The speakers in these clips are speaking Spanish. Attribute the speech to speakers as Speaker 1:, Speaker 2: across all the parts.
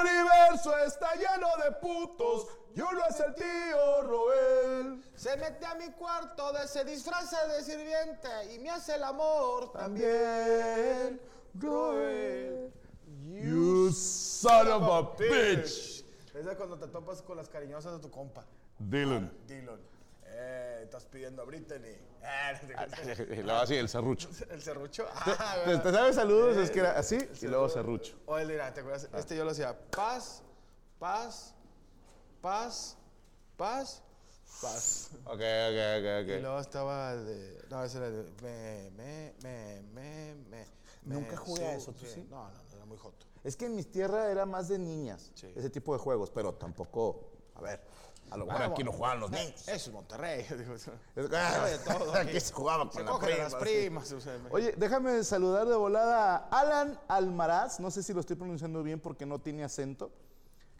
Speaker 1: universo está lleno de putos y uno es el tío Roel.
Speaker 2: Se mete a mi cuarto, de- se disfraza de sirviente y me hace el amor
Speaker 1: También
Speaker 2: Roel.
Speaker 1: You son of a bitch.
Speaker 2: Esa es cuando te topas con las cariñosas de tu compa,
Speaker 1: Dylan.
Speaker 2: Dylan. Eh, estás pidiendo a Brittany. Ah, no te creas.
Speaker 1: Lo así, el serrucho.
Speaker 2: el serrucho. Ah,
Speaker 1: ¿Te, te sabes saludos? Es que era así y luego serrucho.
Speaker 2: O el dirá, ¿te acuerdas? Este yo lo hacía. Paz, paz, paz, paz, paz.
Speaker 1: Ok, ok,
Speaker 2: Y
Speaker 1: ok, ok.
Speaker 2: luego estaba de. No, ese era de. Me, me, me, me, me.
Speaker 3: Nunca
Speaker 2: me
Speaker 3: jugué a eso,
Speaker 2: sube.
Speaker 3: ¿tú sí?
Speaker 2: No, no, no, era muy joto.
Speaker 3: Es que en mis tierras era más de niñas ese tipo de juegos, pero tampoco. A ver, a lo mejor
Speaker 2: Vamos.
Speaker 3: aquí no jugaban los niños.
Speaker 2: Eso es Monterrey. Digo,
Speaker 3: Es-
Speaker 2: sabe de todo
Speaker 3: aquí se jugaba
Speaker 2: se
Speaker 3: con la
Speaker 2: cogen a
Speaker 3: prima.
Speaker 2: las
Speaker 3: sí.
Speaker 2: primas. o sea, me-
Speaker 3: Oye, déjame saludar de volada a Alan Almaraz. No sé si lo estoy pronunciando bien porque no tiene acento.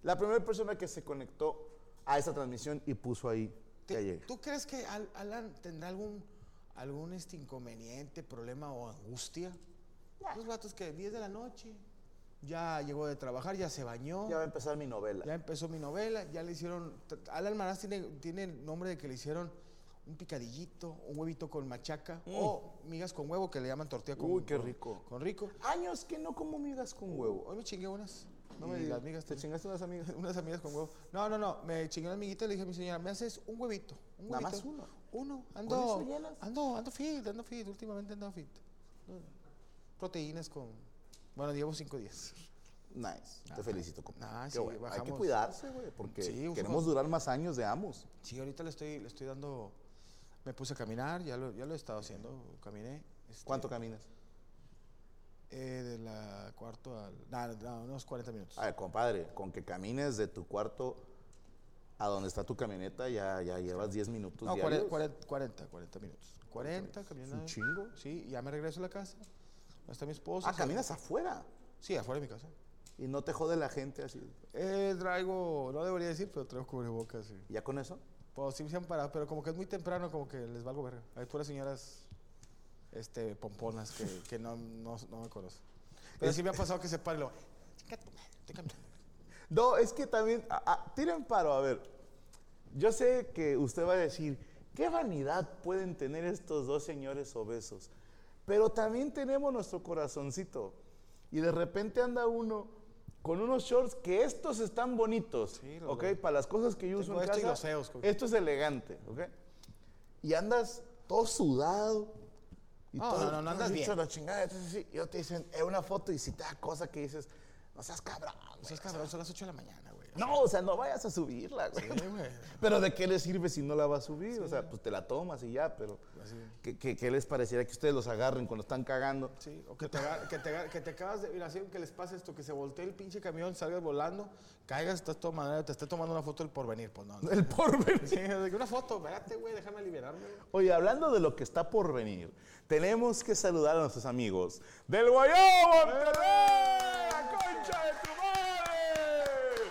Speaker 3: La primera persona que se conectó a esta transmisión y puso ahí
Speaker 2: ¿Te-
Speaker 3: que llegue.
Speaker 2: ¿Tú crees que Al- Alan tendrá algún, algún este inconveniente, problema o angustia? Los vatos que 10 de la noche, ya llegó de trabajar, ya se bañó,
Speaker 3: Ya va a
Speaker 2: ya,
Speaker 3: empezar mi novela.
Speaker 2: empezó mi novela, ya le hicieron... t- Alan Maraz tiene, tiene nombre de que le hicieron un picadillito, un huevito con machaca o migas con huevo que le llaman tortilla con
Speaker 3: Mm. Uy, qué
Speaker 2: con-
Speaker 3: rico.
Speaker 2: Con rico.
Speaker 3: Años que no como migas con huevo.
Speaker 2: Hoy me chingué unas.
Speaker 3: No
Speaker 2: y
Speaker 3: me digas,
Speaker 2: las migas
Speaker 3: te
Speaker 2: también.
Speaker 3: chingaste unas amigas.
Speaker 2: unas amigas con huevo. No, no, no, me chingué una amiguita y le dije a mi señora, me haces un huevito. Un
Speaker 3: Nada
Speaker 2: huevito?
Speaker 3: más uno.
Speaker 2: Uno,
Speaker 3: eso
Speaker 2: ando,
Speaker 3: llenas?
Speaker 2: ando, ando fit, ando fit, últimamente ando fit. Proteínas con, bueno, llevo cinco días.
Speaker 3: Nice. Te felicito, compa.
Speaker 2: Ah,
Speaker 3: Qué
Speaker 2: sí,
Speaker 3: bueno. Hay que
Speaker 2: bajamos.
Speaker 3: cuidarse, güey, porque
Speaker 2: Sí, ujú.
Speaker 3: queremos durar más años de ambos.
Speaker 2: Sí, ahorita le estoy, le estoy dando, me puse a caminar, ya lo, ya lo he estado haciendo, caminé. este,
Speaker 3: ¿Cuánto caminas?
Speaker 2: eh, de la cuarto al, nada, nada, unos 40 minutos.
Speaker 3: A ver, compadre, con que camines de tu cuarto a donde está tu camioneta, ya, ya llevas 10 minutos
Speaker 2: No,
Speaker 3: diarios.
Speaker 2: 40, 40, 40, 40 minutos. 40, caminando.
Speaker 3: un chingo.
Speaker 2: Sí, ya me regreso a la casa. No está mi esposa.
Speaker 3: Ah,
Speaker 2: se-
Speaker 3: caminas afuera
Speaker 2: Sí, afuera de mi casa.
Speaker 3: y no te jode la gente así.
Speaker 2: Eh, traigo, no debería decir, pero traigo cubrebocas. Sí.
Speaker 3: ¿Y ¿Ya con eso?
Speaker 2: Pues sí se han parado, pero como que es muy temprano, como que les valgo verga. Hay puras señoras este, pomponas que, que no, no, no me conocen. Pero sí me ha pasado que se pare y lo... "Chinga tu madre, estoy caminando".
Speaker 3: No, es que también, ah, ah, tiren paro, a ver. Yo sé que usted va a decir, ¿qué vanidad pueden tener estos dos señores obesos? Pero también tenemos nuestro corazoncito. Y de repente anda uno con unos shorts que estos están bonitos,
Speaker 2: Sí, los
Speaker 3: ¿ok?
Speaker 2: de-
Speaker 3: Para las cosas que yo uso
Speaker 2: Tengo
Speaker 3: en
Speaker 2: esto y
Speaker 3: casa,
Speaker 2: los feos, co-
Speaker 3: esto es elegante, ¿ok? Y andas todo sudado. y
Speaker 2: No, no, no, no andas
Speaker 3: todo hecho
Speaker 2: bien.
Speaker 3: la chingada, sí, sí, sí. Y luego te dicen, es una foto y si te da cosa que dices, no seas cabrón.
Speaker 2: O sea, Pues es cabrón, son las 8 de la mañana, güey.
Speaker 3: No, o sea, no vayas a subirla, güey.
Speaker 2: Sí, güey.
Speaker 3: Pero ¿de qué le sirve si no la va a subir? O sea, pues te la tomas y ya, pero ¿qué, qué, qué les pareciera que ustedes los agarren cuando están cagando?
Speaker 2: Sí, o que te, agar- que te, agar- que te acabas de... Mira, así que les pase esto, que se voltee el pinche camión, salgas volando, caigas, estás tomando, te esté tomando una foto del porvenir, pues no. no.
Speaker 3: El porvenir.
Speaker 2: Sí, de que una foto, espérate, güey, déjame liberarme. güey.
Speaker 3: Oye, hablando de lo que está por venir, tenemos que saludar a nuestros amigos del Guayabo Monterrey, la concha de tu madre.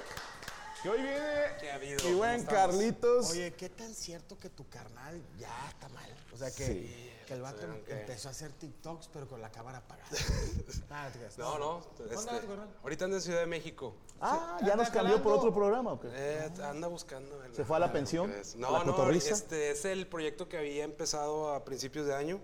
Speaker 3: Que hoy viene mi buen Carlitos.
Speaker 2: Oye, ¿qué tan cierto que tu carnal ya está mal? O sea, que,
Speaker 3: Sí.
Speaker 2: que el vato empezó a hacer TikToks, pero con la cámara apagada. Nada, te creas,
Speaker 4: No, no.
Speaker 2: ¿Dónde
Speaker 4: este,
Speaker 2: vas, carnal?
Speaker 4: ahorita ando en Ciudad de México.
Speaker 3: Ah, ya nos
Speaker 2: Anda
Speaker 3: cambió por
Speaker 2: jalando.
Speaker 3: otro programa. ¿o qué?
Speaker 4: Eh, anda buscando. ¿verdad?
Speaker 3: Se fue a la pensión,
Speaker 4: ¿Crees?
Speaker 3: a
Speaker 4: Ah, No,
Speaker 3: la
Speaker 4: no,
Speaker 3: cotorriza.
Speaker 4: este es el proyecto que había empezado a principios de año.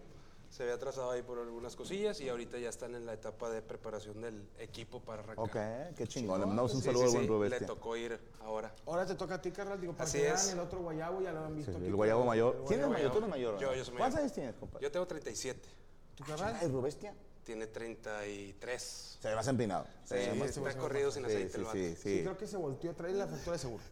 Speaker 4: Se había atrasado ahí por algunas cosillas y ahorita ya están en la etapa de preparación del equipo para arrancar.
Speaker 3: Ok, qué chingón. Le mandamos un saludo
Speaker 4: sí,
Speaker 3: al
Speaker 4: sí,
Speaker 3: buen
Speaker 4: Le
Speaker 3: Robestia.
Speaker 4: tocó ir ahora.
Speaker 2: Ahora te toca a ti, carnal. Digo, para
Speaker 4: Así
Speaker 2: que
Speaker 4: es.
Speaker 2: vean el otro guayabo, ya lo han visto. aquí,
Speaker 3: El guayabo
Speaker 2: carnal.
Speaker 3: mayor.
Speaker 2: El
Speaker 3: ¿Quién es
Speaker 2: guayabo.
Speaker 3: mayor? Tú eres mayor.
Speaker 4: Yo-
Speaker 3: ¿no?
Speaker 4: yo soy mayor.
Speaker 3: ¿Cuántos años tienes, compadre?
Speaker 4: Yo tengo 37,
Speaker 2: ¿Tu carnal?
Speaker 3: Ay, Robestia.
Speaker 4: tiene 33.
Speaker 3: Se ve más empinado.
Speaker 4: Sí, está corrido sin aceite el vato.
Speaker 3: sí,
Speaker 2: Sí, creo que se volteó a traer la factura de seguro.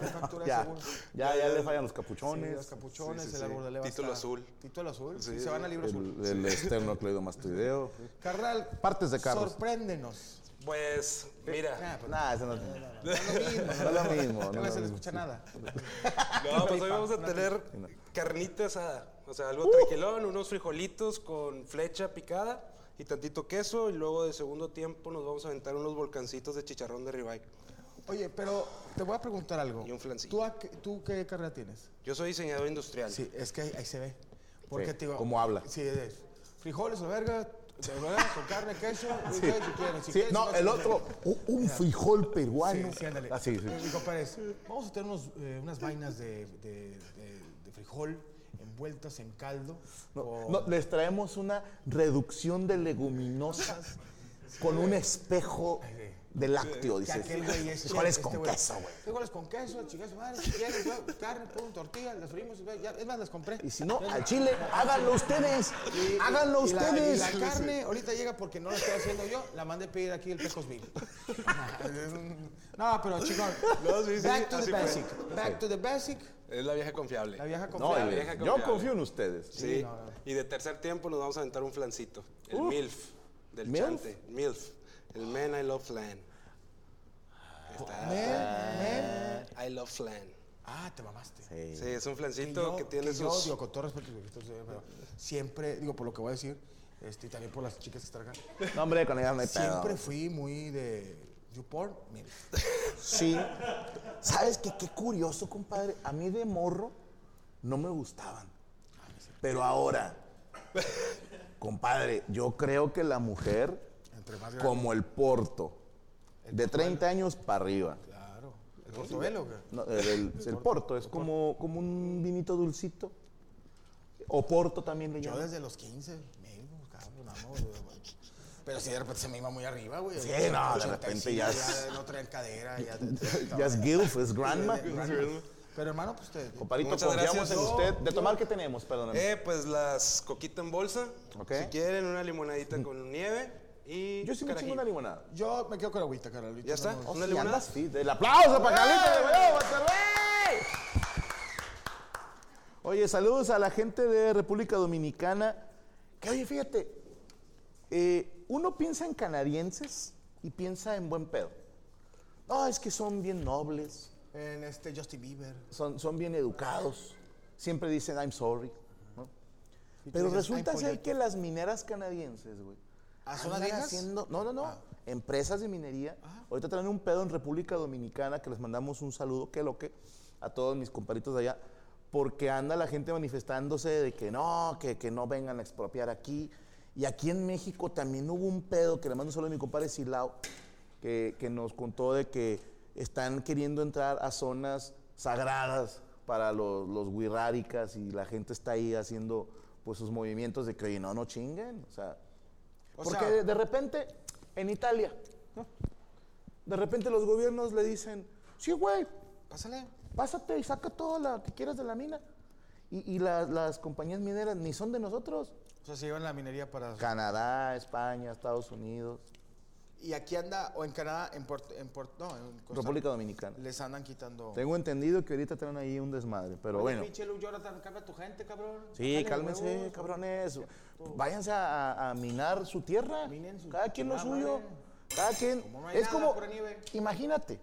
Speaker 2: La factura de
Speaker 3: Ya,
Speaker 2: seguro.
Speaker 3: ya, ya le fallan los
Speaker 2: Sí,
Speaker 3: capuchones.
Speaker 2: los capuchones,
Speaker 4: Sí, sí,
Speaker 2: el
Speaker 4: sí.
Speaker 2: árbol de leva.
Speaker 4: Título
Speaker 2: está-
Speaker 4: azul.
Speaker 2: Título azul. Sí, se van al libro azul.
Speaker 3: el, el esternocleidomastoideo.
Speaker 2: Carnal,
Speaker 3: Partes de carros.
Speaker 2: sorpréndenos. Ah, pues,
Speaker 4: Pues, mira.
Speaker 3: Nah, Ah, eso no,
Speaker 2: No es lo mismo.
Speaker 3: no es lo mismo.
Speaker 2: No,
Speaker 3: no
Speaker 2: no
Speaker 3: es
Speaker 2: se
Speaker 3: lo
Speaker 2: le
Speaker 3: mismo.
Speaker 2: escucha nada.
Speaker 4: No, pues hoy vamos a tener carnita asada. O sea,
Speaker 2: Uh.
Speaker 4: algo tranquilón, unos frijolitos con flecha picada y tantito queso. Y luego de segundo tiempo nos vamos a aventar unos volcancitos de chicharrón de ribeye.
Speaker 2: Oye, pero te voy a preguntar algo.
Speaker 4: Y un flancillo.
Speaker 2: ¿Tú, a qué- tú qué carrera tienes?
Speaker 4: Yo soy diseñador industrial.
Speaker 2: Sí, es que ahí, ahí se ve. Porque
Speaker 3: Sí,
Speaker 2: te digo.
Speaker 3: cómo habla.
Speaker 2: Sí, es frijoles, la verga, ¿Te acuerdas? Con carne, queso, ustedes si quieren.
Speaker 3: Sí,
Speaker 2: Si quieren,
Speaker 3: no,
Speaker 2: si
Speaker 3: el otro, u- un frijol peruano.
Speaker 2: Sí, sí, ándale. Eh,
Speaker 3: Así, sí.
Speaker 2: Dijo Pérez, vamos a tener unos, eh, unas vainas de, de- de- de frijol envueltas en caldo.
Speaker 3: No,
Speaker 2: con-
Speaker 3: no, les traemos una reducción de leguminosas con un espejo de lácteo,
Speaker 2: que
Speaker 3: dices.
Speaker 2: aquel güey es
Speaker 3: ¿Cuál
Speaker 2: chef,
Speaker 3: es
Speaker 2: este
Speaker 3: con queso, güey?
Speaker 2: Este es con queso, chicas, madre, si quieres, güey, carne, pum, tortilla, las freímos, güey, ya, es más, las compré.
Speaker 3: Y si no, al chile, háganlo ustedes. Háganlo
Speaker 2: Y la- y
Speaker 3: ustedes.
Speaker 2: La, carne ahorita llega porque no la estoy haciendo yo, la mandé pedir aquí el Pecosville. no, pero chicón,
Speaker 4: No, sí, sí,
Speaker 2: back to
Speaker 4: así
Speaker 2: the
Speaker 4: fue.
Speaker 2: basic, back to the basic,
Speaker 4: Es la vieja confiable.
Speaker 2: la vieja
Speaker 3: No,
Speaker 2: confiable.
Speaker 3: y-
Speaker 4: vieja
Speaker 3: yo
Speaker 4: confiable.
Speaker 3: confío en ustedes.
Speaker 4: Sí.
Speaker 2: Sí, no, Uh. no.
Speaker 4: Y de tercer tiempo nos vamos a aventar un flancito. El
Speaker 3: Uf.
Speaker 4: MILF. Del
Speaker 3: ¿Milf?
Speaker 4: chante. MILF. El Man I Love Flan. Está- I Love Flan.
Speaker 2: Ah, te mamaste.
Speaker 4: Sí, es un
Speaker 2: Y
Speaker 4: flancito
Speaker 2: yo-
Speaker 4: que tiene
Speaker 2: y yo,
Speaker 4: sus...
Speaker 2: digo, con todo respeto, digo, esto se- pero siempre, digo, por lo que voy a decir, este, y también por las chicas que están acá,
Speaker 3: No, hombre, con ellas no hay pedo.
Speaker 2: siempre fui muy de YouPorn, mira.
Speaker 3: Sí. ¿Sabes qué? Qué curioso, compadre. A mí de morro no me gustaban. Pero ahora, compadre, yo creo que la mujer,
Speaker 2: Entre más grande.
Speaker 3: como el porto, de 30 años para arriba.
Speaker 2: Claro. El portobelo, güey.
Speaker 3: No, el, el- el porto es como, como un vinito dulcito. O porto también le
Speaker 2: Yo
Speaker 3: llaman.
Speaker 2: desde los pues, 15, me iba buscando, no, no, güey, güey. Pero si de repente se me iba muy arriba, güey.
Speaker 3: Sí, no, de
Speaker 2: 85,
Speaker 3: repente ya es-
Speaker 2: Ya no traen cadera, ya.
Speaker 3: Ya es gilf, es grandma.
Speaker 2: Pero hermano, pues te.
Speaker 3: Compadito,
Speaker 4: Muchas
Speaker 3: confiamos
Speaker 4: gracias.
Speaker 3: en
Speaker 4: No,
Speaker 3: usted. ¿De tomar qué tenemos? Perdóname.
Speaker 4: Eh, pues las coquita en bolsa.
Speaker 3: Ok.
Speaker 4: Si quieren, una limonadita con nieve y...
Speaker 3: yo sí me chingo
Speaker 4: carajillo.
Speaker 3: una limonada.
Speaker 2: Yo me quedo con agüita, Carolita.
Speaker 4: ¿Ya está?
Speaker 2: no, no.
Speaker 3: Oh,
Speaker 4: ¿Una
Speaker 3: sí,
Speaker 4: limonada?
Speaker 3: andas fit. El aplauso para Carlita de
Speaker 2: ¡Eh!
Speaker 3: Huevo, Monterrey. Oye, saludos a la gente de República Dominicana. Que oye, fíjate, eh, uno piensa en canadienses y piensa en buen pedo. No, es que son bien nobles,
Speaker 2: En este Justin Bieber.
Speaker 3: son, son bien educados, siempre dicen I'm sorry. ¿no?
Speaker 2: Y tú
Speaker 3: Pero
Speaker 2: dices,
Speaker 3: resulta
Speaker 2: "Ay,
Speaker 3: ser
Speaker 2: pollito".
Speaker 3: que las mineras canadienses, güey.
Speaker 2: ¿Ah, son
Speaker 3: andan
Speaker 2: adictas?
Speaker 3: haciendo- No, no, no. Empresas de minería. Ahorita traen un pedo en República Dominicana que les mandamos un saludo, que lo que, a todos mis comparitos de allá. Porque anda la gente manifestándose de que no, que, que no vengan a expropiar aquí. Y aquí en México también hubo un pedo que le mando un saludo a mi compadre Silao, que, que nos contó de que están queriendo entrar a zonas sagradas para los, los guirráricas y la gente está ahí haciendo pues sus movimientos de que "Oye, no, no chinguen. O sea,
Speaker 2: O
Speaker 3: porque
Speaker 2: sea-
Speaker 3: de, de repente, en Italia, ¿no? de repente los gobiernos le dicen, sí, güey,
Speaker 2: Pásale.
Speaker 3: pásate y saca todo lo que quieras de la mina. Y, y la- las compañías mineras ni son de nosotros.
Speaker 2: O sea, se llevan la minería para.
Speaker 3: Canadá, España, Estados Unidos,
Speaker 2: Y aquí anda, o en Canadá, en Puerto. En Puerto- no, en Costa-
Speaker 3: República Dominicana.
Speaker 2: Les andan quitando.
Speaker 3: Tengo entendido que ahorita traen ahí un desmadre, pero
Speaker 2: Oye,
Speaker 3: bueno.
Speaker 2: Pinche Luke Jonathan, calma tu gente, cabrón.
Speaker 3: Sí,
Speaker 2: Bájale
Speaker 3: cálmense,
Speaker 2: huevos.
Speaker 3: cabrones. Váyanse a, a- a minar su tierra.
Speaker 2: Minen su-
Speaker 3: Cada quien lo
Speaker 2: ah,
Speaker 3: suyo.
Speaker 2: madre.
Speaker 3: Cada quien.
Speaker 2: Como no hay
Speaker 3: es
Speaker 2: nada,
Speaker 3: como.
Speaker 2: pura nieve.
Speaker 3: Imagínate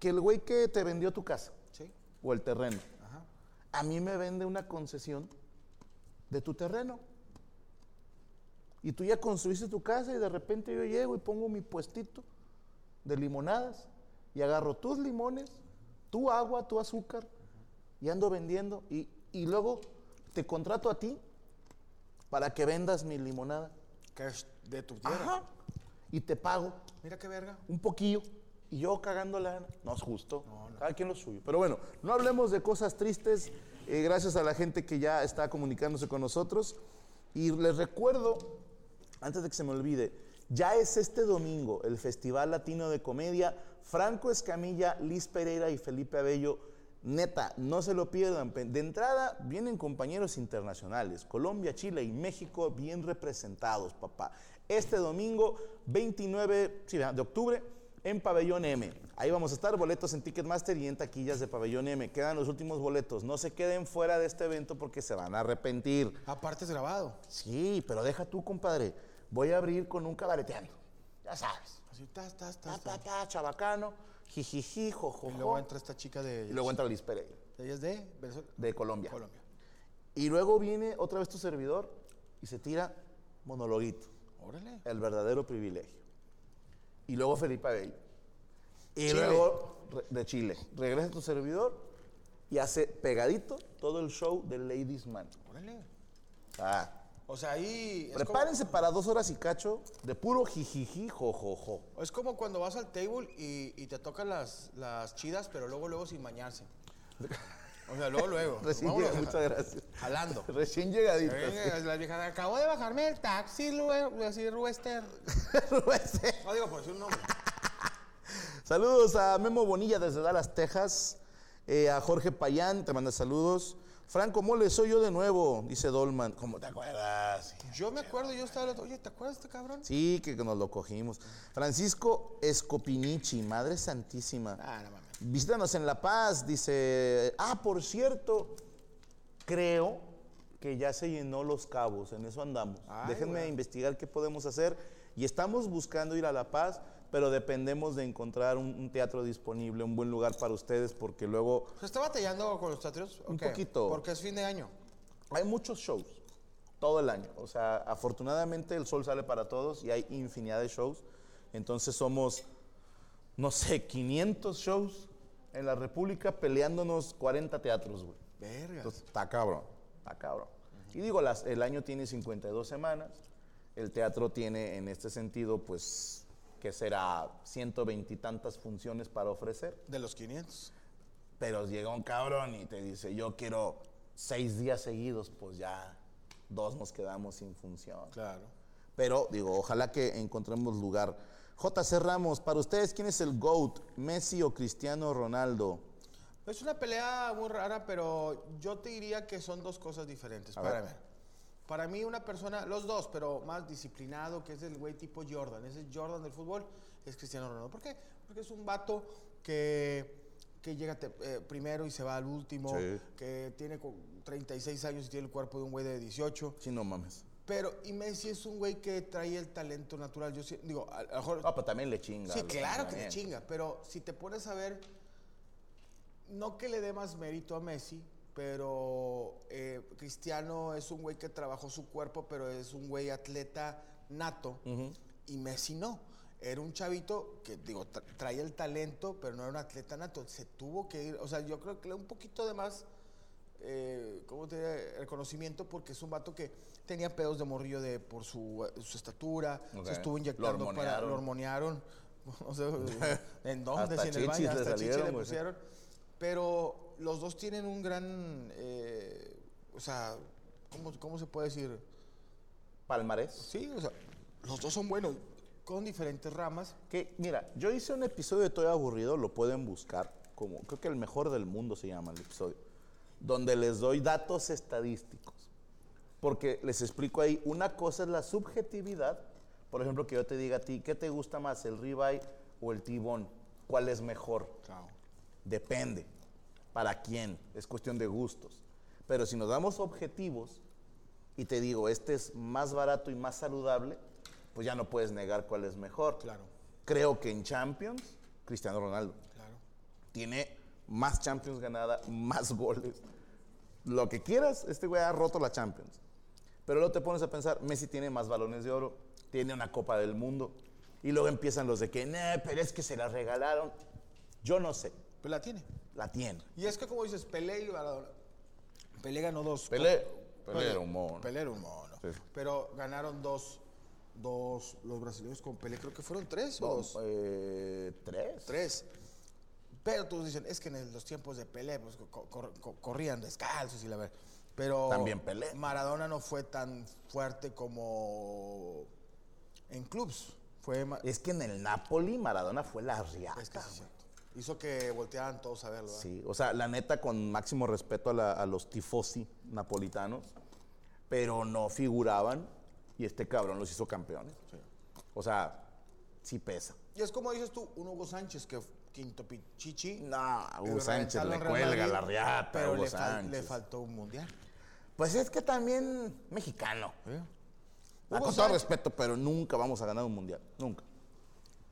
Speaker 3: que el güey que te vendió tu casa
Speaker 2: Sí.
Speaker 3: o el terreno,
Speaker 2: Ajá.
Speaker 3: a mí me vende una concesión de tu terreno. Y tú ya construiste tu casa y de repente yo llego y pongo mi puestito de limonadas y agarro tus limones, tu agua, tu azúcar y ando vendiendo y, y luego te contrato a ti para que vendas mi limonada.
Speaker 2: Que es de tu tierra.
Speaker 3: Ajá. Y te pago
Speaker 2: Mira qué verga.
Speaker 3: un poquillo y yo cagando la lana. No es justo. Cada quien lo suyo. Pero bueno, no hablemos de cosas tristes. eh, gracias a la gente que ya está comunicándose con nosotros. Y les recuerdo, antes de que se me olvide, ya es este domingo el Festival Latino de Comedia. Franco Escamilla, Liz Pereira y Felipe Abello. Neta, no se lo pierdan. Pe- De entrada vienen compañeros internacionales, Colombia, Chile y México bien representados, papá. Este domingo 29 sí, ¿verdad? de octubre en Pabellón M. Ahí vamos a estar, boletos en Ticketmaster y en taquillas de Pabellón M. Quedan los últimos boletos. No se queden fuera de este evento porque se van a arrepentir.
Speaker 2: Aparte es grabado.
Speaker 3: Sí, pero deja tú, compadre. Voy a abrir con un cabareteando. Ya sabes.
Speaker 2: Así, tas, tas,
Speaker 3: Ta,
Speaker 2: tas,
Speaker 3: ta,
Speaker 2: tas.
Speaker 3: ta, chabacano. Jijiji, jojojo.
Speaker 2: Y luego entra esta chica de.
Speaker 3: Y luego entra Liz Pereira,
Speaker 2: Ella es de Venezuela.
Speaker 3: de Colombia.
Speaker 2: Colombia.
Speaker 3: Y luego viene otra vez tu servidor y se tira monologuito.
Speaker 2: Órale.
Speaker 3: El verdadero privilegio. Y luego Felipe Abello. Y
Speaker 2: Chile.
Speaker 3: luego re- de Chile. Regresa tu servidor y hace pegadito todo el show de Ladies Man.
Speaker 2: Órale.
Speaker 3: Ah,
Speaker 2: O sea, ahí. es como-
Speaker 3: Prepárense para dos horas y cacho de puro jijiji, jojojo.
Speaker 2: Es como cuando vas al table y, y te tocan las, las chidas, pero luego, luego sin bañarse. O sea, luego, luego.
Speaker 3: Recién
Speaker 2: Pues Vámonos,
Speaker 3: llega- muchas gracias.
Speaker 2: Jalando.
Speaker 3: Recién llegaditas.
Speaker 2: Eh, Las viejas, acabo de bajarme el taxi, luego, así, Ruester.
Speaker 3: Rubén.
Speaker 2: No digo por decir un nombre.
Speaker 3: Saludos a Memo Bonilla desde Dallas, Texas. Eh, a Jorge Payán, te manda saludos. Franco Mole, soy yo de nuevo, dice Dolman. ¿Cómo te acuerdas?
Speaker 2: Yo me acuerdo, yo estaba, el otro- oye, ¿te acuerdas de este cabrón?
Speaker 3: Sí, que nos lo cogimos. Francisco Escopinichi, Madre Santísima.
Speaker 2: Ah, no mames.
Speaker 3: Visítanos en La Paz, dice. Ah, por cierto, creo que ya se llenó los cabos, en eso andamos.
Speaker 2: Ay,
Speaker 3: Déjenme
Speaker 2: güey.
Speaker 3: investigar qué podemos hacer. Y estamos buscando ir a La Paz, pero dependemos de encontrar un, un teatro disponible, un buen lugar para ustedes, porque luego
Speaker 2: ¿Se está batallando con los teatros?
Speaker 3: Un
Speaker 2: Ok,
Speaker 3: poquito.
Speaker 2: Porque es fin de año.
Speaker 3: hay muchos shows todo el año. O sea, afortunadamente el sol sale para todos y hay infinidad de shows. Entonces somos, no sé, 500 shows en la República peleándonos 40 teatros, güey.
Speaker 2: Verga.
Speaker 3: Entonces, está cabrón, está cabrón. Y digo, las- el año tiene 52 semanas, el teatro tiene en este sentido, pues, que será 120 y tantas funciones para ofrecer,
Speaker 2: De los 500.
Speaker 3: pero llega un cabrón y te dice, yo quiero seis días seguidos, pues ya dos nos quedamos sin función.
Speaker 2: Claro.
Speaker 3: Pero digo, ojalá que encontremos lugar. JC Ramos, para ustedes, ¿quién es el GOAT? ¿Messi o Cristiano Ronaldo?
Speaker 2: Es una pelea muy rara, pero yo te diría que son dos cosas diferentes.
Speaker 3: A
Speaker 2: para
Speaker 3: ver.
Speaker 2: mí. Para mí una persona, los dos, pero más disciplinado, que es el güey tipo Jordan, ese Jordan del fútbol, es Cristiano Ronaldo. ¿Por qué? Porque es un vato que, que llega te- eh, primero y se va al último,
Speaker 3: Sí.
Speaker 2: que tiene cu- 36 años y tiene el cuerpo de un güey de 18.
Speaker 3: Sí, no mames.
Speaker 2: Pero, y Messi es un güey que trae el talento natural. Yo sí- digo, a, a lo mejor...
Speaker 3: Ah, pero también le chinga.
Speaker 2: Sí,
Speaker 3: lo-
Speaker 2: claro que le
Speaker 3: también.
Speaker 2: chinga, pero si te pones a ver, no que le dé más mérito a Messi, pero eh, Cristiano es un güey que trabajó su cuerpo, pero es un güey atleta nato, y Messi no. Era un chavito que, digo, tra- traía el talento, pero no era un atleta nato. Se tuvo que ir, o sea, yo creo que le da un poquito de más eh, ¿cómo te diré? Reconocimiento porque es un vato que tenía pedos de morrillo de, por su, eh, su estatura,
Speaker 3: Ok.
Speaker 2: se estuvo
Speaker 3: Lo
Speaker 2: inyectando para,
Speaker 3: hormonearon.
Speaker 2: lo hormonearon, no sé, en dónde,
Speaker 3: Hasta
Speaker 2: si en el baño,
Speaker 3: chichis le
Speaker 2: hasta chiche
Speaker 3: salieron,
Speaker 2: le
Speaker 3: güey.
Speaker 2: pusieron. Pero los dos tienen un gran, eh, o sea, ¿cómo, ¿cómo se puede decir?
Speaker 3: Palmarés.
Speaker 2: Sí, o sea, los dos son buenos, con diferentes ramas.
Speaker 3: Que, mira, yo hice un episodio de Todo Aburrido, lo pueden buscar, como creo que el mejor del mundo se llama el episodio, donde les doy datos estadísticos. Porque les explico ahí, una cosa es la subjetividad, por ejemplo, que yo te diga a ti, ¿qué te gusta más, el ribeye o el tibón? ¿Cuál es mejor? Depende. ¿Para quién? Es cuestión de gustos. Pero si nos damos objetivos y te digo, este es más barato y más saludable, pues ya no puedes negar cuál es mejor.
Speaker 2: Claro.
Speaker 3: Creo que en Champions, Cristiano Ronaldo
Speaker 2: Claro.
Speaker 3: tiene más Champions ganada, más goles. Lo que quieras, este güey ha roto la Champions. Pero luego te pones a pensar, Messi tiene más balones de oro, tiene una Copa del Mundo. Y luego empiezan los de que, "Nah, pero es que se la regalaron. Yo no sé,
Speaker 2: Pues la tiene.
Speaker 3: la tiene.
Speaker 2: Y es que como dices, Pelé y Maradona. Pelé ganó dos.
Speaker 3: Pelé,
Speaker 2: Pelé.
Speaker 3: Pelé era un mono.
Speaker 2: Pelé era un mono.
Speaker 3: Sí.
Speaker 2: Pero ganaron dos, dos, los brasileños con Pelé, creo que fueron tres o
Speaker 3: Dos,
Speaker 2: dos.
Speaker 3: eh, tres.
Speaker 2: Tres. Pero todos dicen, es que en el- los tiempos de Pelé pues, co- cor- co- corrían descalzos y la verdad. Pero
Speaker 3: También Pelé.
Speaker 2: Maradona no fue tan fuerte como en clubs. Fue ma- Ah,
Speaker 3: Es que en el Napoli Maradona fue la riata.
Speaker 2: es que sí,
Speaker 3: güey.
Speaker 2: sí. hizo que voltearan todos a verlo. ¿verdad?
Speaker 3: Sí, o sea, la neta, con máximo respeto a, la- a los tifosi napolitanos, pero no figuraban y este cabrón los hizo campeones. O sea, sí pesa.
Speaker 2: Y es como dices tú, un Hugo Sánchez que f- quinto pichichi.
Speaker 3: No,
Speaker 2: pero
Speaker 3: Hugo Sánchez
Speaker 2: reventarlo
Speaker 3: le
Speaker 2: en Real
Speaker 3: cuelga
Speaker 2: Madrid,
Speaker 3: la riata,
Speaker 2: Pero
Speaker 3: Hugo
Speaker 2: le, fal-
Speaker 3: Sánchez.
Speaker 2: le faltó un mundial.
Speaker 3: Pues es que también mexicano. Ah, con
Speaker 2: Hugo
Speaker 3: todo
Speaker 2: Sánchez-
Speaker 3: respeto, pero nunca vamos a ganar un mundial. Nunca.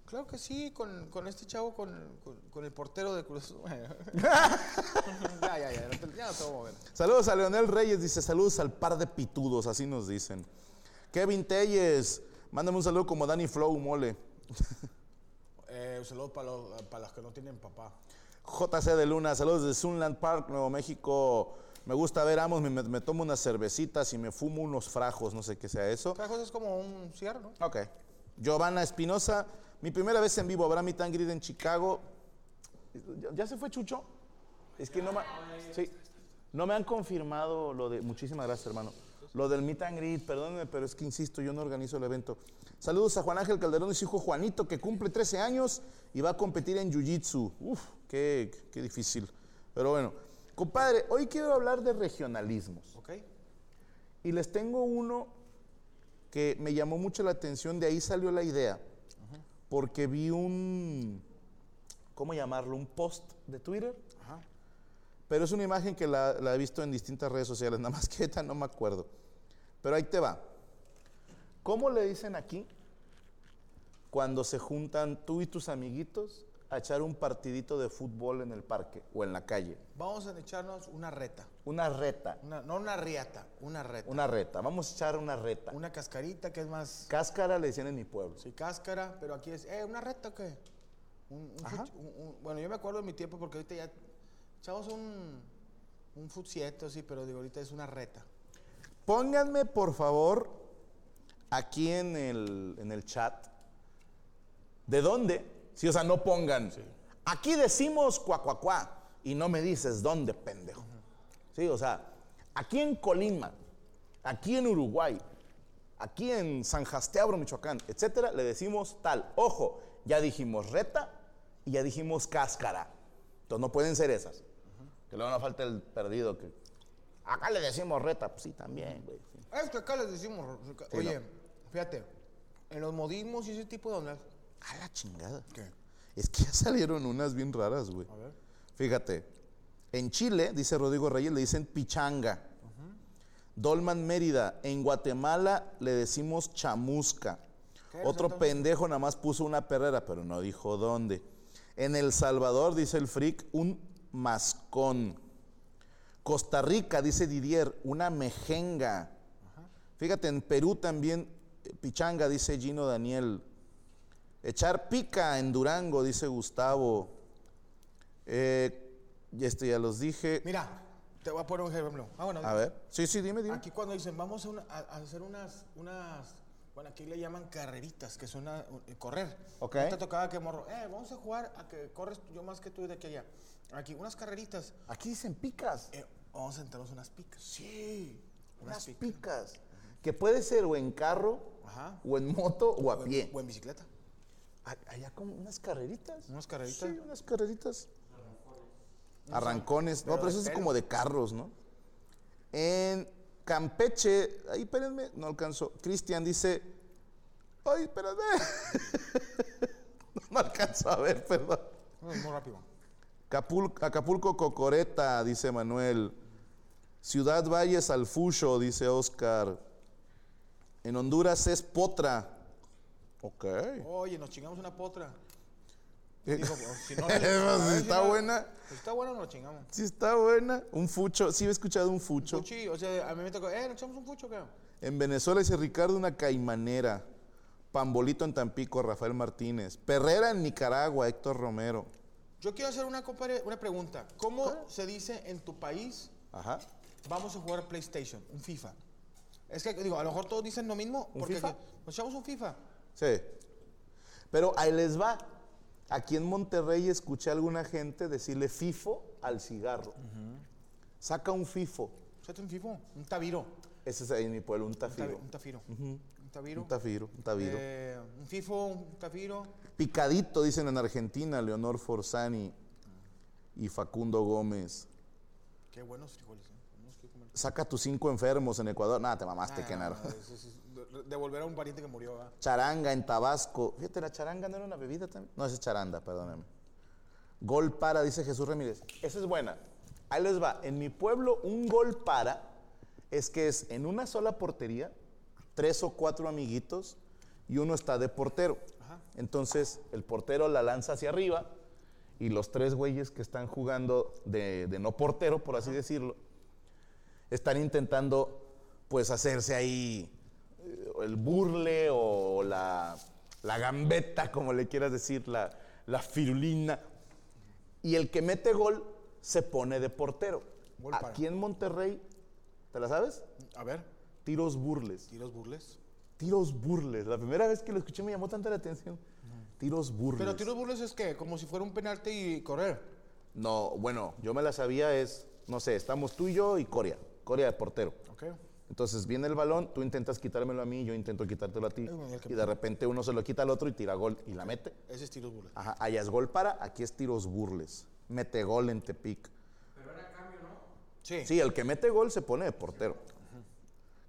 Speaker 2: Claro que sí, con, con este chavo, con, con- con el portero de Cruz. Bueno. ya, ya, ya, no te- ya no te voy a mover.
Speaker 3: Saludos a Leonel Reyes, dice saludos al par de pitudos, así nos dicen. Kevin Telles, mándame un saludo como Danny Flow Mole.
Speaker 2: Eh, un saludo para los, para los que no tienen papá.
Speaker 3: JC de Luna, saludos de Sunland Park, Nuevo México. Me gusta ver Amos, me, me- me tomo unas cervecitas y me fumo unos frajos, no sé qué sea eso.
Speaker 2: Trajos es como un cierre, ¿no?
Speaker 3: Ok. Giovanna Espinosa, mi primera vez en vivo, habrá mi Tangrid en Chicago. ¿Ya, ya se fue Chucho? Es que no me, sí. no me han confirmado lo de. Muchísimas gracias, hermano. Lo del meet and greet, perdónenme, pero es que insisto, yo no organizo el evento. Saludos a Juan Ángel Calderón y su hijo Juanito, que cumple 13 años y va a competir en Jiu-Jitsu. Uf, qué, qué difícil. Pero bueno, compadre, hoy quiero hablar de regionalismos.
Speaker 2: Ok.
Speaker 3: Y les tengo uno que me llamó mucho la atención, de ahí salió la idea, porque vi un, ¿cómo llamarlo? Un post de Twitter, pero es una imagen que la, la he visto en distintas redes sociales, nada más que esta no me acuerdo. Pero ahí te va. ¿Cómo le dicen aquí cuando se juntan tú y tus amiguitos a echar un partidito de fútbol en el parque o en la calle?
Speaker 2: Vamos a echarnos una reta.
Speaker 3: Una reta,
Speaker 2: Una- no una riata, una reta. Una,
Speaker 3: una reta, vamos a echar una reta.
Speaker 2: cascarita que es más
Speaker 3: Cáscara le decían en mi pueblo.
Speaker 2: sí, cáscara, pero aquí es, eh, una reta o qué? Un- un
Speaker 3: Ajá.
Speaker 2: fut- un- un- bueno, yo me acuerdo de mi tiempo porque ahorita ya echamos un, un fut siete, sí, pero digo, ahorita es una reta.
Speaker 3: Pónganme, por favor, aquí en el, en el chat, ¿de dónde? Sí, o sea, no pongan. Aquí decimos cuacuacuá y no me dices dónde, pendejo. Sí, o sea, aquí en Colima, aquí en Uruguay, aquí en San Jasteabro, Michoacán, etcétera, le decimos tal. Ojo, ya dijimos reta y ya dijimos cáscara. Entonces no pueden ser esas. Que luego no falta el perdido que. Acá le decimos reta, pues sí, también, güey. sí.
Speaker 2: Ah, Es que acá les decimos,
Speaker 3: Sí,
Speaker 2: oye,
Speaker 3: no.
Speaker 2: fíjate, en los modismos y ese tipo de ondas.
Speaker 3: A la chingada.
Speaker 2: ¿Qué?
Speaker 3: Es que ya salieron unas bien raras, güey.
Speaker 2: A ver.
Speaker 3: Fíjate. En Chile, dice Rodrigo Reyes, le dicen pichanga. Dolman Mérida. En Guatemala le decimos chamusca.
Speaker 2: ¿Qué eres,
Speaker 3: Otro
Speaker 2: entonces?
Speaker 3: pendejo nada más puso una perrera, pero no dijo dónde. En El Salvador, dice el freak, un mascón. Costa Rica, dice Didier, una mejenga. Fíjate, en Perú también, eh, pichanga, dice Gino Daniel. Echar pica en Durango, dice Gustavo. Eh, y este ya los dije.
Speaker 2: Mira, te voy a poner un ejemplo. Ah, bueno,
Speaker 3: A ver. Sí, sí, dime, dime.
Speaker 2: Aquí cuando dicen, vamos a, una- a- a hacer unas, unas, bueno, aquí le llaman carreritas, que son a- un- correr.
Speaker 3: Ok.
Speaker 2: ¿No te tocaba que morro, eh, vamos a jugar a que corres yo más que tú de aquí a allá. Aquí, unas carreritas,
Speaker 3: Aquí dicen picas.
Speaker 2: eh, vamos a entrarnos unas picas. Sí,
Speaker 3: Unas
Speaker 2: unas picas.
Speaker 3: picas. Que puede ser o en carro,
Speaker 2: Ajá.
Speaker 3: o en moto, o a
Speaker 2: O en-
Speaker 3: pie.
Speaker 2: O en bicicleta.
Speaker 3: A- Allá como unas carreritas.
Speaker 2: Unas carreritas.
Speaker 3: Sí, unas carreritas. Arrancones. No, pero eso es como de carros, ¿no? En Campeche, ahí espérenme, no alcanzó. Cristian dice, ay, espérate. no me alcanzo a ver, perdón.
Speaker 2: No, es muy rápido.
Speaker 3: Capul- Acapulco Cocoreta, dice Manuel. Ciudad Valles Alfucho, dice Oscar. En Honduras es Potra. Eh, Ok.
Speaker 2: Oye, nos chingamos una potra.
Speaker 3: Eh,
Speaker 2: Digo, pues, si no,
Speaker 3: Pues,
Speaker 2: a ver
Speaker 3: si
Speaker 2: si
Speaker 3: está
Speaker 2: no-
Speaker 3: buena.
Speaker 2: Si Pues está buena, nos la chingamos.
Speaker 3: Sí está buena. Un fucho. Sí, he escuchado un fucho.
Speaker 2: Fuchi, o sea, a mí me tocó, eh, nos echamos un fucho, ¿qué?
Speaker 3: En Venezuela dice Ricardo una caimanera. Pambolito en Tampico, Rafael Martínez. Perrera en Nicaragua, Héctor Romero.
Speaker 2: Yo quiero hacer una, compare- una pregunta. ¿Cómo se dice en tu país
Speaker 3: Ajá.
Speaker 2: vamos a jugar PlayStation, un FIFA? Es que digo, a lo mejor todos dicen lo mismo,
Speaker 3: ¿Un
Speaker 2: porque
Speaker 3: FIFA?
Speaker 2: aquí nos echamos un FIFA.
Speaker 3: Sí. Pero ahí les va. Aquí en Monterrey escuché a alguna gente decirle FIFO al cigarro. Saca un FIFO.
Speaker 2: Echate un FIFA, un tabiro.
Speaker 3: Ese es ahí en mi pueblo, un
Speaker 2: Un tabi-
Speaker 3: tafiro.
Speaker 2: un tafiro. Un tabiro.
Speaker 3: Un tafiro, un tafiro.
Speaker 2: eh, un FIFA, un tafiro.
Speaker 3: Picadito, dicen en Argentina, Leonor Forzani y Facundo Gómez.
Speaker 2: Qué buenos frijoles. ¿eh? Tenemos que comer.
Speaker 3: Saca tus cinco enfermos en Ecuador. Nada, te mamaste,
Speaker 2: Ah,
Speaker 3: Kenaro.
Speaker 2: eso sí es de- Devolver a un pariente que murió. ¿verdad?
Speaker 3: Charanga en Tabasco. Fíjate, la charanga no era una bebida también. No, esa es charanda, perdóname. Gol para, dice Jesús Ramírez. Esa es buena. Ahí les va. En mi pueblo, un gol para es que es en una sola portería, tres o cuatro amiguitos y uno está de portero. Entonces, el portero la lanza hacia arriba y los tres güeyes que están jugando de, de no portero, por así decirlo, están intentando pues hacerse ahí eh, el burle o la, la gambeta, como le quieras decir, la, la firulina. Y el que mete gol se pone de portero.
Speaker 2: Gol para.
Speaker 3: Aquí en Monterrey, ¿te la sabes?
Speaker 2: A ver,
Speaker 3: Tiros burles.
Speaker 2: tiros burles.
Speaker 3: Tiros burles. La primera vez que lo escuché me llamó tanta la atención. Tiros burles.
Speaker 2: Pero tiros burles es que como si fuera un penalti y correr.
Speaker 3: No, bueno, yo me la sabía es, no sé, estamos tú y yo y Corea. Corea de portero.
Speaker 2: Ok.
Speaker 3: Entonces viene el balón, tú intentas quitármelo a mí, yo intento quitártelo a ti.
Speaker 2: Ay, bueno, el que-
Speaker 3: Y de repente uno se lo quita al otro y tira gol y la mete.
Speaker 2: Ese es tiros burles.
Speaker 3: Ajá, allá es gol para, aquí es tiros burles. Mete gol en Tepic.
Speaker 2: Sí.
Speaker 3: Sí, el que mete gol se pone de portero.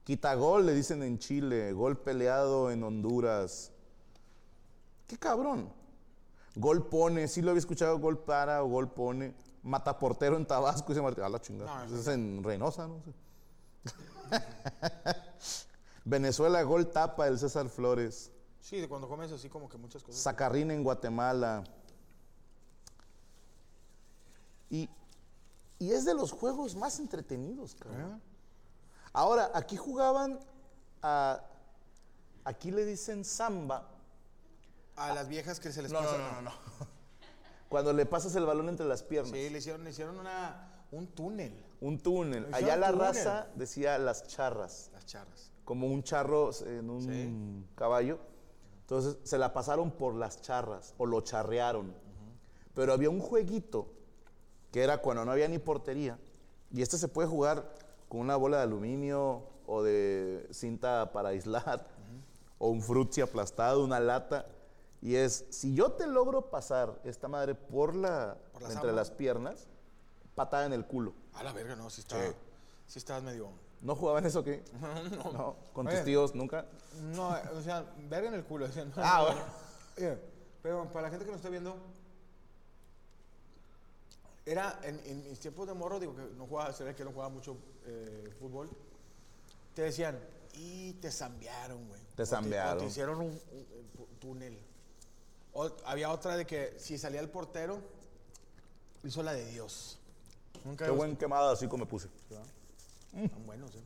Speaker 3: Quita gol, le dicen en Chile. Gol peleado en Honduras. Qué cabrón. Gol pone, sí lo había escuchado, gol para o gol pone. Mata portero en Tabasco y se marca. A la chingada.
Speaker 2: No,
Speaker 3: Eso es en Reynosa, no sé. Venezuela, gol tapa el César Flores.
Speaker 2: Sí, de cuando comes así como que muchas cosas.
Speaker 3: Sacarrín en Guatemala. Y, y es de los juegos más entretenidos,
Speaker 2: ¿Eh?
Speaker 3: cabrón. Ahora, aquí jugaban a. Aquí le dicen samba.
Speaker 2: A las viejas que se les pasa.
Speaker 3: Cuando le pasas el balón entre las piernas.
Speaker 2: Sí, le hicieron, le hicieron una, un túnel
Speaker 3: Un túnel.
Speaker 2: Hicieron
Speaker 3: Allá la
Speaker 2: túnel.
Speaker 3: raza decía las charras.
Speaker 2: las charras.
Speaker 3: Como un charro en un caballo. Entonces se la pasaron por las charras o lo charrearon. Pero había un jueguito que era cuando no había ni portería. Y este se puede jugar con una bola de aluminio o de cinta para aislar o un frutti aplastado, una lata. Y es, si yo te logro pasar esta madre por la,
Speaker 2: Por la
Speaker 3: entre
Speaker 2: samba.
Speaker 3: las piernas, patada en el culo.
Speaker 2: A la verga, no, sí está.
Speaker 3: Sí.
Speaker 2: Sí, estabas medio.
Speaker 3: ¿No jugaban eso qué? No. ¿Con tus
Speaker 2: Oye.
Speaker 3: tíos nunca?
Speaker 2: No, eh, o sea, verga en el culo. o sea, no.
Speaker 3: Ah, bueno.
Speaker 2: Oye, Pero para la gente que nos está viendo, era en, en mis tiempos de morro, digo que no jugaba, será que no jugaba mucho eh, fútbol. Te decían, y te zambearon, güey. O o
Speaker 3: zambearon.
Speaker 2: te hicieron un, un- un túnel. O- había otra de que si salía el portero, hizo la de Dios. Nunca
Speaker 3: Qué
Speaker 2: los-
Speaker 3: buen quemada así como me puse.
Speaker 2: Tan buenos, ¿eh?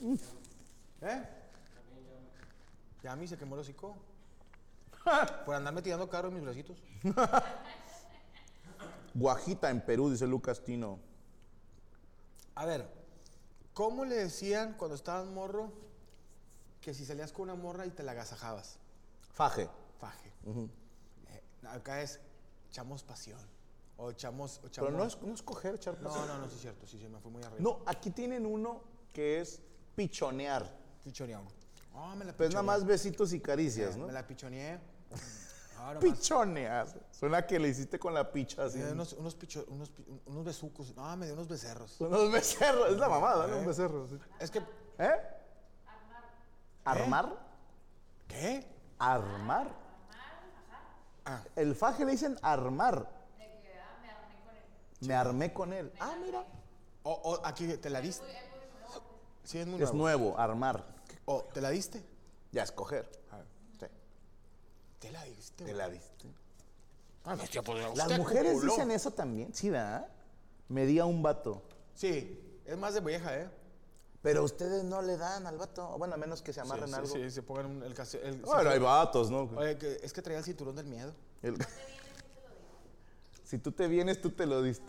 Speaker 3: Mm.
Speaker 2: ¿Eh? Ya a mí se quemó el hocico. Por andarme tirando carro en mis bracitos.
Speaker 3: Guajita en Perú, dice Lucas Tino.
Speaker 2: A ver, ¿cómo le decían cuando estabas morro que si salías con una morra y te la agasajabas?
Speaker 3: Faje.
Speaker 2: Faje. Eh, acá es echamos pasión. O echamos. o
Speaker 3: Pero
Speaker 2: echamos-
Speaker 3: no es, no es coger, echar
Speaker 2: No, no, no, sí es cierto. Sí, sí, me fui muy arriba.
Speaker 3: No, aquí tienen uno que es pichonear.
Speaker 2: Pichoneado. Ah, me la
Speaker 3: Pues nada
Speaker 2: pichoneé.
Speaker 3: más besitos y
Speaker 2: Eh,
Speaker 3: caricias, ¿no?
Speaker 2: Me la pichoneé. Ahora más. Eh,
Speaker 3: Pichonear. Suena que le hiciste con la picha así.
Speaker 2: Me dio unos, unos, picho- unos, pi- unos besucos. No, me dio unos becerros.
Speaker 3: Unos becerros. Es la mamada,
Speaker 2: Eh.
Speaker 3: ¿no? Un becerro. sí.
Speaker 2: Es que,
Speaker 3: ¿Eh? ¿Armar?
Speaker 2: ¿qué?
Speaker 3: ¿Armar?
Speaker 2: Ah.
Speaker 3: El faje le dicen armar. ah, me armé con él. Ah, mira.
Speaker 2: O, o aquí te la diste. Sí, es muy
Speaker 3: Es
Speaker 2: nuevo.
Speaker 3: nuevo, armar.
Speaker 2: O te la diste.
Speaker 3: Ya escoger. Ah, Sí.
Speaker 2: Te la
Speaker 3: Te
Speaker 2: diste. güey.
Speaker 3: la diste.
Speaker 2: Ah, no, tío, pues,
Speaker 3: Las
Speaker 2: usted
Speaker 3: mujeres
Speaker 2: acumuló.
Speaker 3: dicen eso también. Sí, ¿verdad? Me di a un vato.
Speaker 2: Sí, es más de vieja, ¿eh?
Speaker 3: Pero ustedes no le dan al vato. Bueno, a menos que se amarren
Speaker 2: sí,
Speaker 3: algo.
Speaker 2: Sí, se pongan un- el casi- el-
Speaker 3: Bueno,
Speaker 2: sí,
Speaker 3: hay vatos, ¿no?
Speaker 2: Oye, que- es que traía el cinturón del miedo.
Speaker 3: El- Si tú te vienes, tú te lo diste.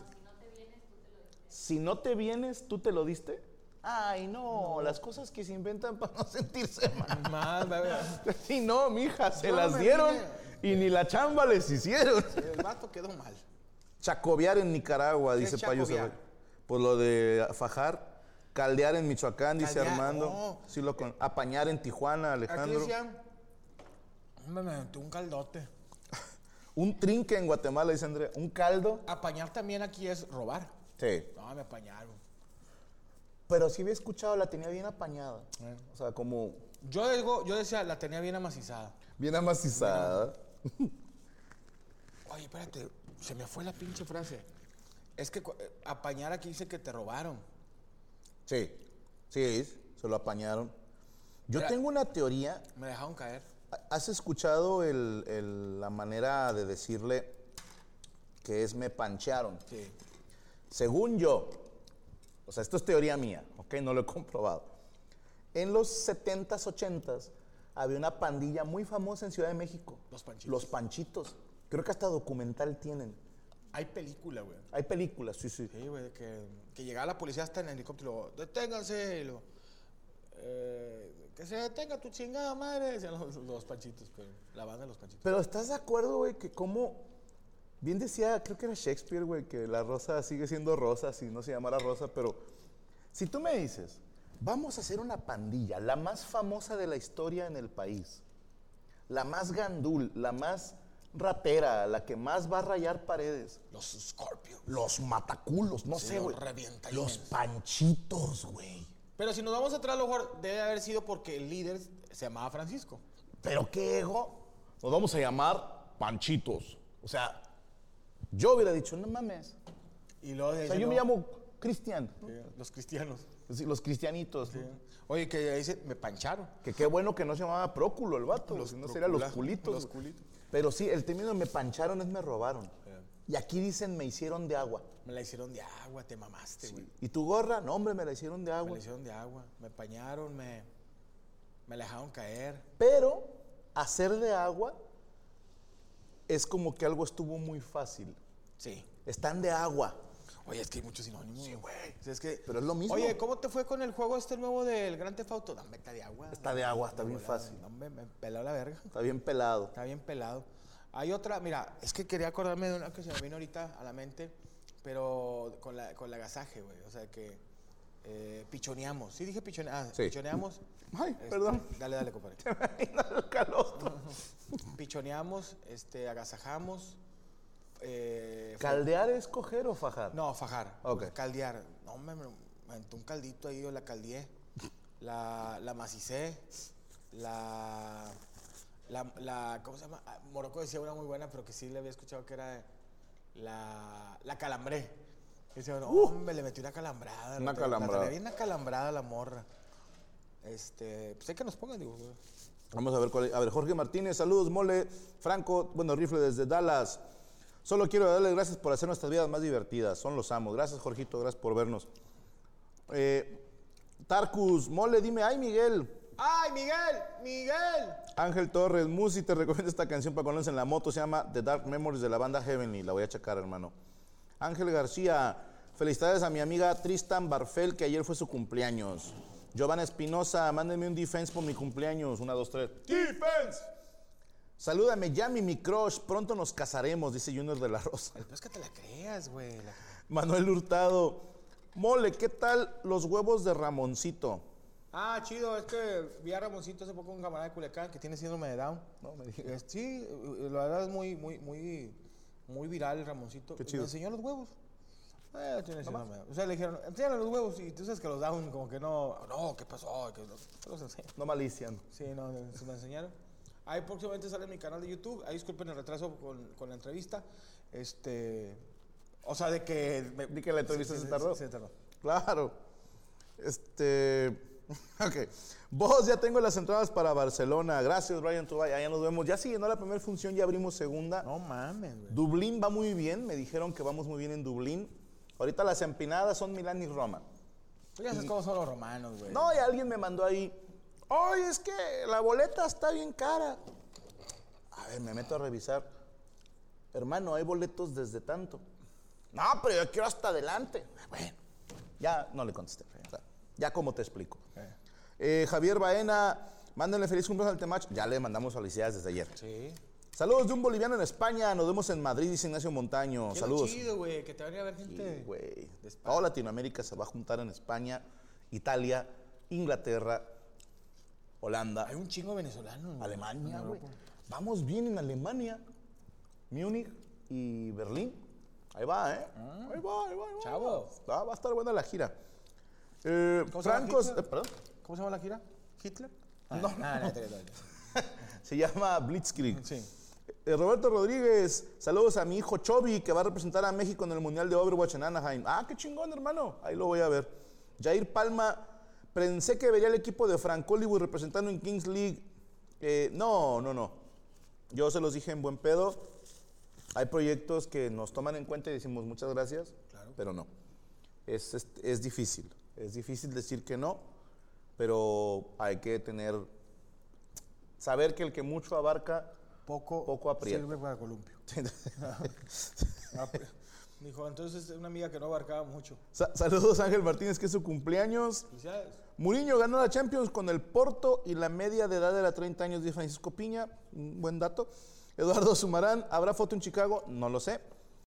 Speaker 3: Si no te vienes, tú te lo diste. Ay, no, las cosas que se inventan para no sentirse mal.
Speaker 2: Más, va-
Speaker 3: Sí, no, mija, se
Speaker 2: No
Speaker 3: las
Speaker 2: me
Speaker 3: dieron y ni la chamba les hicieron.
Speaker 2: el vato quedó mal.
Speaker 3: Chacobear en Nicaragua,
Speaker 2: ¿Qué
Speaker 3: dice
Speaker 2: es
Speaker 3: Payo
Speaker 2: chacobear?
Speaker 3: Ceballos. Por lo de fajar. Caldear en Michoacán, dice
Speaker 2: Caldear,
Speaker 3: Armando.
Speaker 2: no.
Speaker 3: Sí, lo con- Apañar en Tijuana,
Speaker 2: Aquí
Speaker 3: Alejandro.
Speaker 2: decían, me metí un caldote.
Speaker 3: Un trinque en Guatemala, dice Andrea. Un caldo.
Speaker 2: Apañar también aquí es robar.
Speaker 3: Sí.
Speaker 2: No, me apañaron.
Speaker 3: Pero sí había escuchado, la tenía bien apañada. ¿eh? O sea, como
Speaker 2: Yo, digo, yo decía, la tenía bien amacizada.
Speaker 3: bien amacizada.
Speaker 2: Oye, espérate, se me fue la pinche frase. Es que cu- eh, apañar aquí dice que te robaron.
Speaker 3: Sí, sí, se lo apañaron. Yo
Speaker 2: Mira.
Speaker 3: tengo una teoría.
Speaker 2: Me dejaron caer.
Speaker 3: ¿Has escuchado el- el- la manera de decirle que es me panchearon?
Speaker 2: Sí.
Speaker 3: Según yo, o sea, esto es teoría mía, ¿ok? No lo he comprobado. En los 70s, 80s, había una pandilla muy famosa en Ciudad de México.
Speaker 2: Los Panchitos.
Speaker 3: Los Panchitos. Creo que hasta documental tienen.
Speaker 2: Hay película, güey.
Speaker 3: Hay películas, sí, sí.
Speaker 2: Sí, güey, que, que llegaba la policía hasta en el helicóptero, y luego, deténganse, y luego, eh, que se detenga tu chingada madre, decían los, los panchitos, pues, la banda de los panchitos.
Speaker 3: Pero ¿estás de acuerdo, güey, que como... Bien decía, creo que era Shakespeare, güey, que la rosa sigue siendo rosa, si no se llamara rosa, pero si tú me dices, vamos a hacer una pandilla, la más famosa de la historia en el país, la más gandul, la más rapera, la que más va a rayar paredes,
Speaker 2: Los Scorpions.
Speaker 3: los mataculos, no sé,
Speaker 2: los
Speaker 3: güey, los
Speaker 2: revientaimenes.
Speaker 3: panchitos, güey.
Speaker 2: Pero si nos vamos atrás, a lo mejor debe haber sido porque el líder se llamaba Francisco.
Speaker 3: Pero qué ego. Nos vamos a llamar Panchitos. O sea, yo hubiera dicho, no mames.
Speaker 2: Y luego de
Speaker 3: O sea,
Speaker 2: ahí,
Speaker 3: yo me
Speaker 2: ¿no?
Speaker 3: llamo Cristian.
Speaker 2: Sí, Los cristianos.
Speaker 3: Sí, Los cristianitos. ¿no?
Speaker 2: Oye, que ahí se- me pancharon.
Speaker 3: Que qué bueno que no se llamaba Próculo el vato,
Speaker 2: Los
Speaker 3: si no sería los
Speaker 2: procula-
Speaker 3: culitos.
Speaker 2: los
Speaker 3: güey.
Speaker 2: culitos.
Speaker 3: Pero sí, el término me pancharon es me robaron. Y aquí dicen me hicieron de agua.
Speaker 2: Me la hicieron de agua, te mamaste, güey.
Speaker 3: ¿Y tu gorra? No, hombre, me la hicieron de
Speaker 2: Me
Speaker 3: agua.
Speaker 2: la hicieron de agua. Me pañaron, me, me la dejaron caer.
Speaker 3: Pero hacer de agua es como que algo estuvo muy fácil.
Speaker 2: Sí.
Speaker 3: Están de agua.
Speaker 2: Oye, es que hay muchos sinónimos. Sí, güey. es que,
Speaker 3: Pero es lo mismo.
Speaker 2: Oye, ¿cómo te fue con el juego este nuevo del Gran Tefauto? Dame está de agua.
Speaker 3: Está de agua, está bien fácil.
Speaker 2: No, hombre, me peló la verga.
Speaker 3: Está bien pelado.
Speaker 2: Está bien pelado. Hay otra, mira, es que quería acordarme de una que se me vino ahorita a la mente, pero con la, con la gasaje, güey. O sea, que eh, pichoneamos. Sí, dije pichoneamos.
Speaker 3: Sí.
Speaker 2: Pichoneamos.
Speaker 3: Ay,
Speaker 2: Este,
Speaker 3: perdón.
Speaker 2: Dale, dale, compadre.
Speaker 3: El calostro.
Speaker 2: Pichoneamos, este, agasajamos. eh, fue-
Speaker 3: ¿Caldear es coger o fajar?
Speaker 2: No, fajar.
Speaker 3: Ok.
Speaker 2: Caldear. No, hombre, me aventó un caldito ahí, yo la caldeé. La, la macicé. La, la, la- ¿Cómo se llama? Ah, Morocco decía una muy buena, pero que sí le había escuchado que era la, la calambré. Y Decía, no, hombre, le metí una calambrada.
Speaker 3: Uh. Una
Speaker 2: la-
Speaker 3: calambrada.
Speaker 2: La, traía bien acalambrada la morra. Este, pues hay que nos pongan, digo. güey.
Speaker 3: Vamos a ver cuál es. A ver, Jorge Martínez, saludos, mole. Franco, bueno, rifle desde Dallas. Solo quiero darles gracias por hacer nuestras vidas más divertidas. Son los amos. Gracias, Jorgito, gracias por vernos. Eh, Tarkus, mole, dime, ay, Miguel.
Speaker 2: ¡Ay, Miguel! ¡Miguel!
Speaker 3: Ángel Torres, Musi, te recomiendo esta canción para conocer en la moto, se llama The Dark Memories de la banda Heavenly, la voy a checar, hermano. Ángel García, felicidades a mi amiga Tristan Barfel, que ayer fue su cumpleaños. Giovanna Espinosa, mándenme un defense por mi cumpleaños, una, dos, tres.
Speaker 1: Defense.
Speaker 3: Salúdame, Yami, mi crush, pronto nos casaremos, dice Junior de la Rosa.
Speaker 2: Pero es que te la creas, güey. la-
Speaker 3: Manuel Hurtado, mole, ¿qué tal los huevos de Ramoncito?
Speaker 2: Ah, chido, es que vi a Ramoncito hace poco un camarada de Culiacán que tiene síndrome de Down.
Speaker 3: No, me dije.
Speaker 2: Eh, Sí, eh, la verdad es muy, muy, muy, muy viral el Ramoncito.
Speaker 3: Qué chido.
Speaker 2: Me enseñó los huevos. Eh, tiene síndrome de Down. O sea, le dijeron, enséñale los huevos y tú sabes que los Down como que no, no, ¿qué pasó? Que los, te los enseño.
Speaker 3: No malician.
Speaker 2: Sí, no, no, se me enseñaron. Ahí próximamente sale mi canal de YouTube. Ahí disculpen el retraso con, con la entrevista. Este, o sea, de que... me-
Speaker 3: Di que la entrevista
Speaker 2: sí,
Speaker 3: se
Speaker 2: sí,
Speaker 3: tardó.
Speaker 2: sí, se tardó.
Speaker 3: Claro. Este. Ok. Vos, ya tengo las entradas para Barcelona. Gracias, Brian Tubay. Allá nos vemos. Ya se llenó la primera función, ya abrimos segunda.
Speaker 2: No mames, güey.
Speaker 3: Dublín va muy bien. Me dijeron que vamos muy bien en Dublín. Ahorita las empinadas son Milán y Roma.
Speaker 2: Tú Ya sabes cómo son los romanos, güey.
Speaker 3: No, y alguien me mandó ahí. Oye, es que la boleta está bien cara. A ver, me meto a revisar. Hermano, hay boletos desde tanto. No, pero yo quiero hasta adelante. Bueno, ya no le contesté. Ya- Ya como te explico. Eh, Javier Baena, mándenle feliz cumpleaños al Temach. Ya le mandamos felicidades desde ayer.
Speaker 2: Sí.
Speaker 3: Saludos de un boliviano en España. Nos vemos en Madrid, dice Ignacio Montaño.
Speaker 2: Qué
Speaker 3: Saludos.
Speaker 2: chido, güey, que te van a ir a ver gente.
Speaker 3: Sí, güey. Toda Latinoamérica se va a juntar en España, Italia, Inglaterra, Holanda,
Speaker 2: Hay un chingo venezolano. güey.
Speaker 3: Alemania, güey. Vamos bien en Alemania, Múnich y Berlín. Ahí va, ¿eh?
Speaker 2: Ah.
Speaker 3: Ahí va, ahí va, ahí va.
Speaker 2: Chavo.
Speaker 3: Va, va a estar buena la gira. Eh,
Speaker 2: ¿Cómo se llama
Speaker 3: Francos,
Speaker 2: Hitler?
Speaker 3: eh, perdón,
Speaker 2: ¿Cómo se llama la gira? ¿Hitler?
Speaker 3: No,
Speaker 2: Ah,
Speaker 3: no,
Speaker 2: nada,
Speaker 3: no.
Speaker 2: nada, nada, nada.
Speaker 3: se llama Blitzkrieg.
Speaker 2: Sí.
Speaker 3: Eh, Roberto Rodríguez, saludos a mi hijo Chobi, que va a representar a México en el Mundial de Overwatch en Anaheim. Ah, qué chingón, hermano. Ahí lo voy a ver. Jair Palma, pensé que vería el equipo de Frank Hollywood representando en Kings League. Eh, no, no, no. Yo se los dije en buen pedo. Hay proyectos que nos toman en cuenta y decimos muchas gracias, pero no. Es, es- es difícil. Es difícil decir que no, pero hay que tener. Saber que el que mucho abarca
Speaker 2: Poco,
Speaker 3: Poco aprieta.
Speaker 2: sirve para columpio.
Speaker 3: Sí.
Speaker 2: Apri- Dijo, entonces es una amiga que no abarcaba mucho.
Speaker 3: Sa- saludos Ángel Martínez, que es su cumpleaños.
Speaker 2: Felicidades.
Speaker 3: Muriño ganó la Champions con el Porto y la media de edad era 30 años de Francisco Piña. Un buen dato. Eduardo Sumarán, ¿habrá foto en Chicago? No lo sé.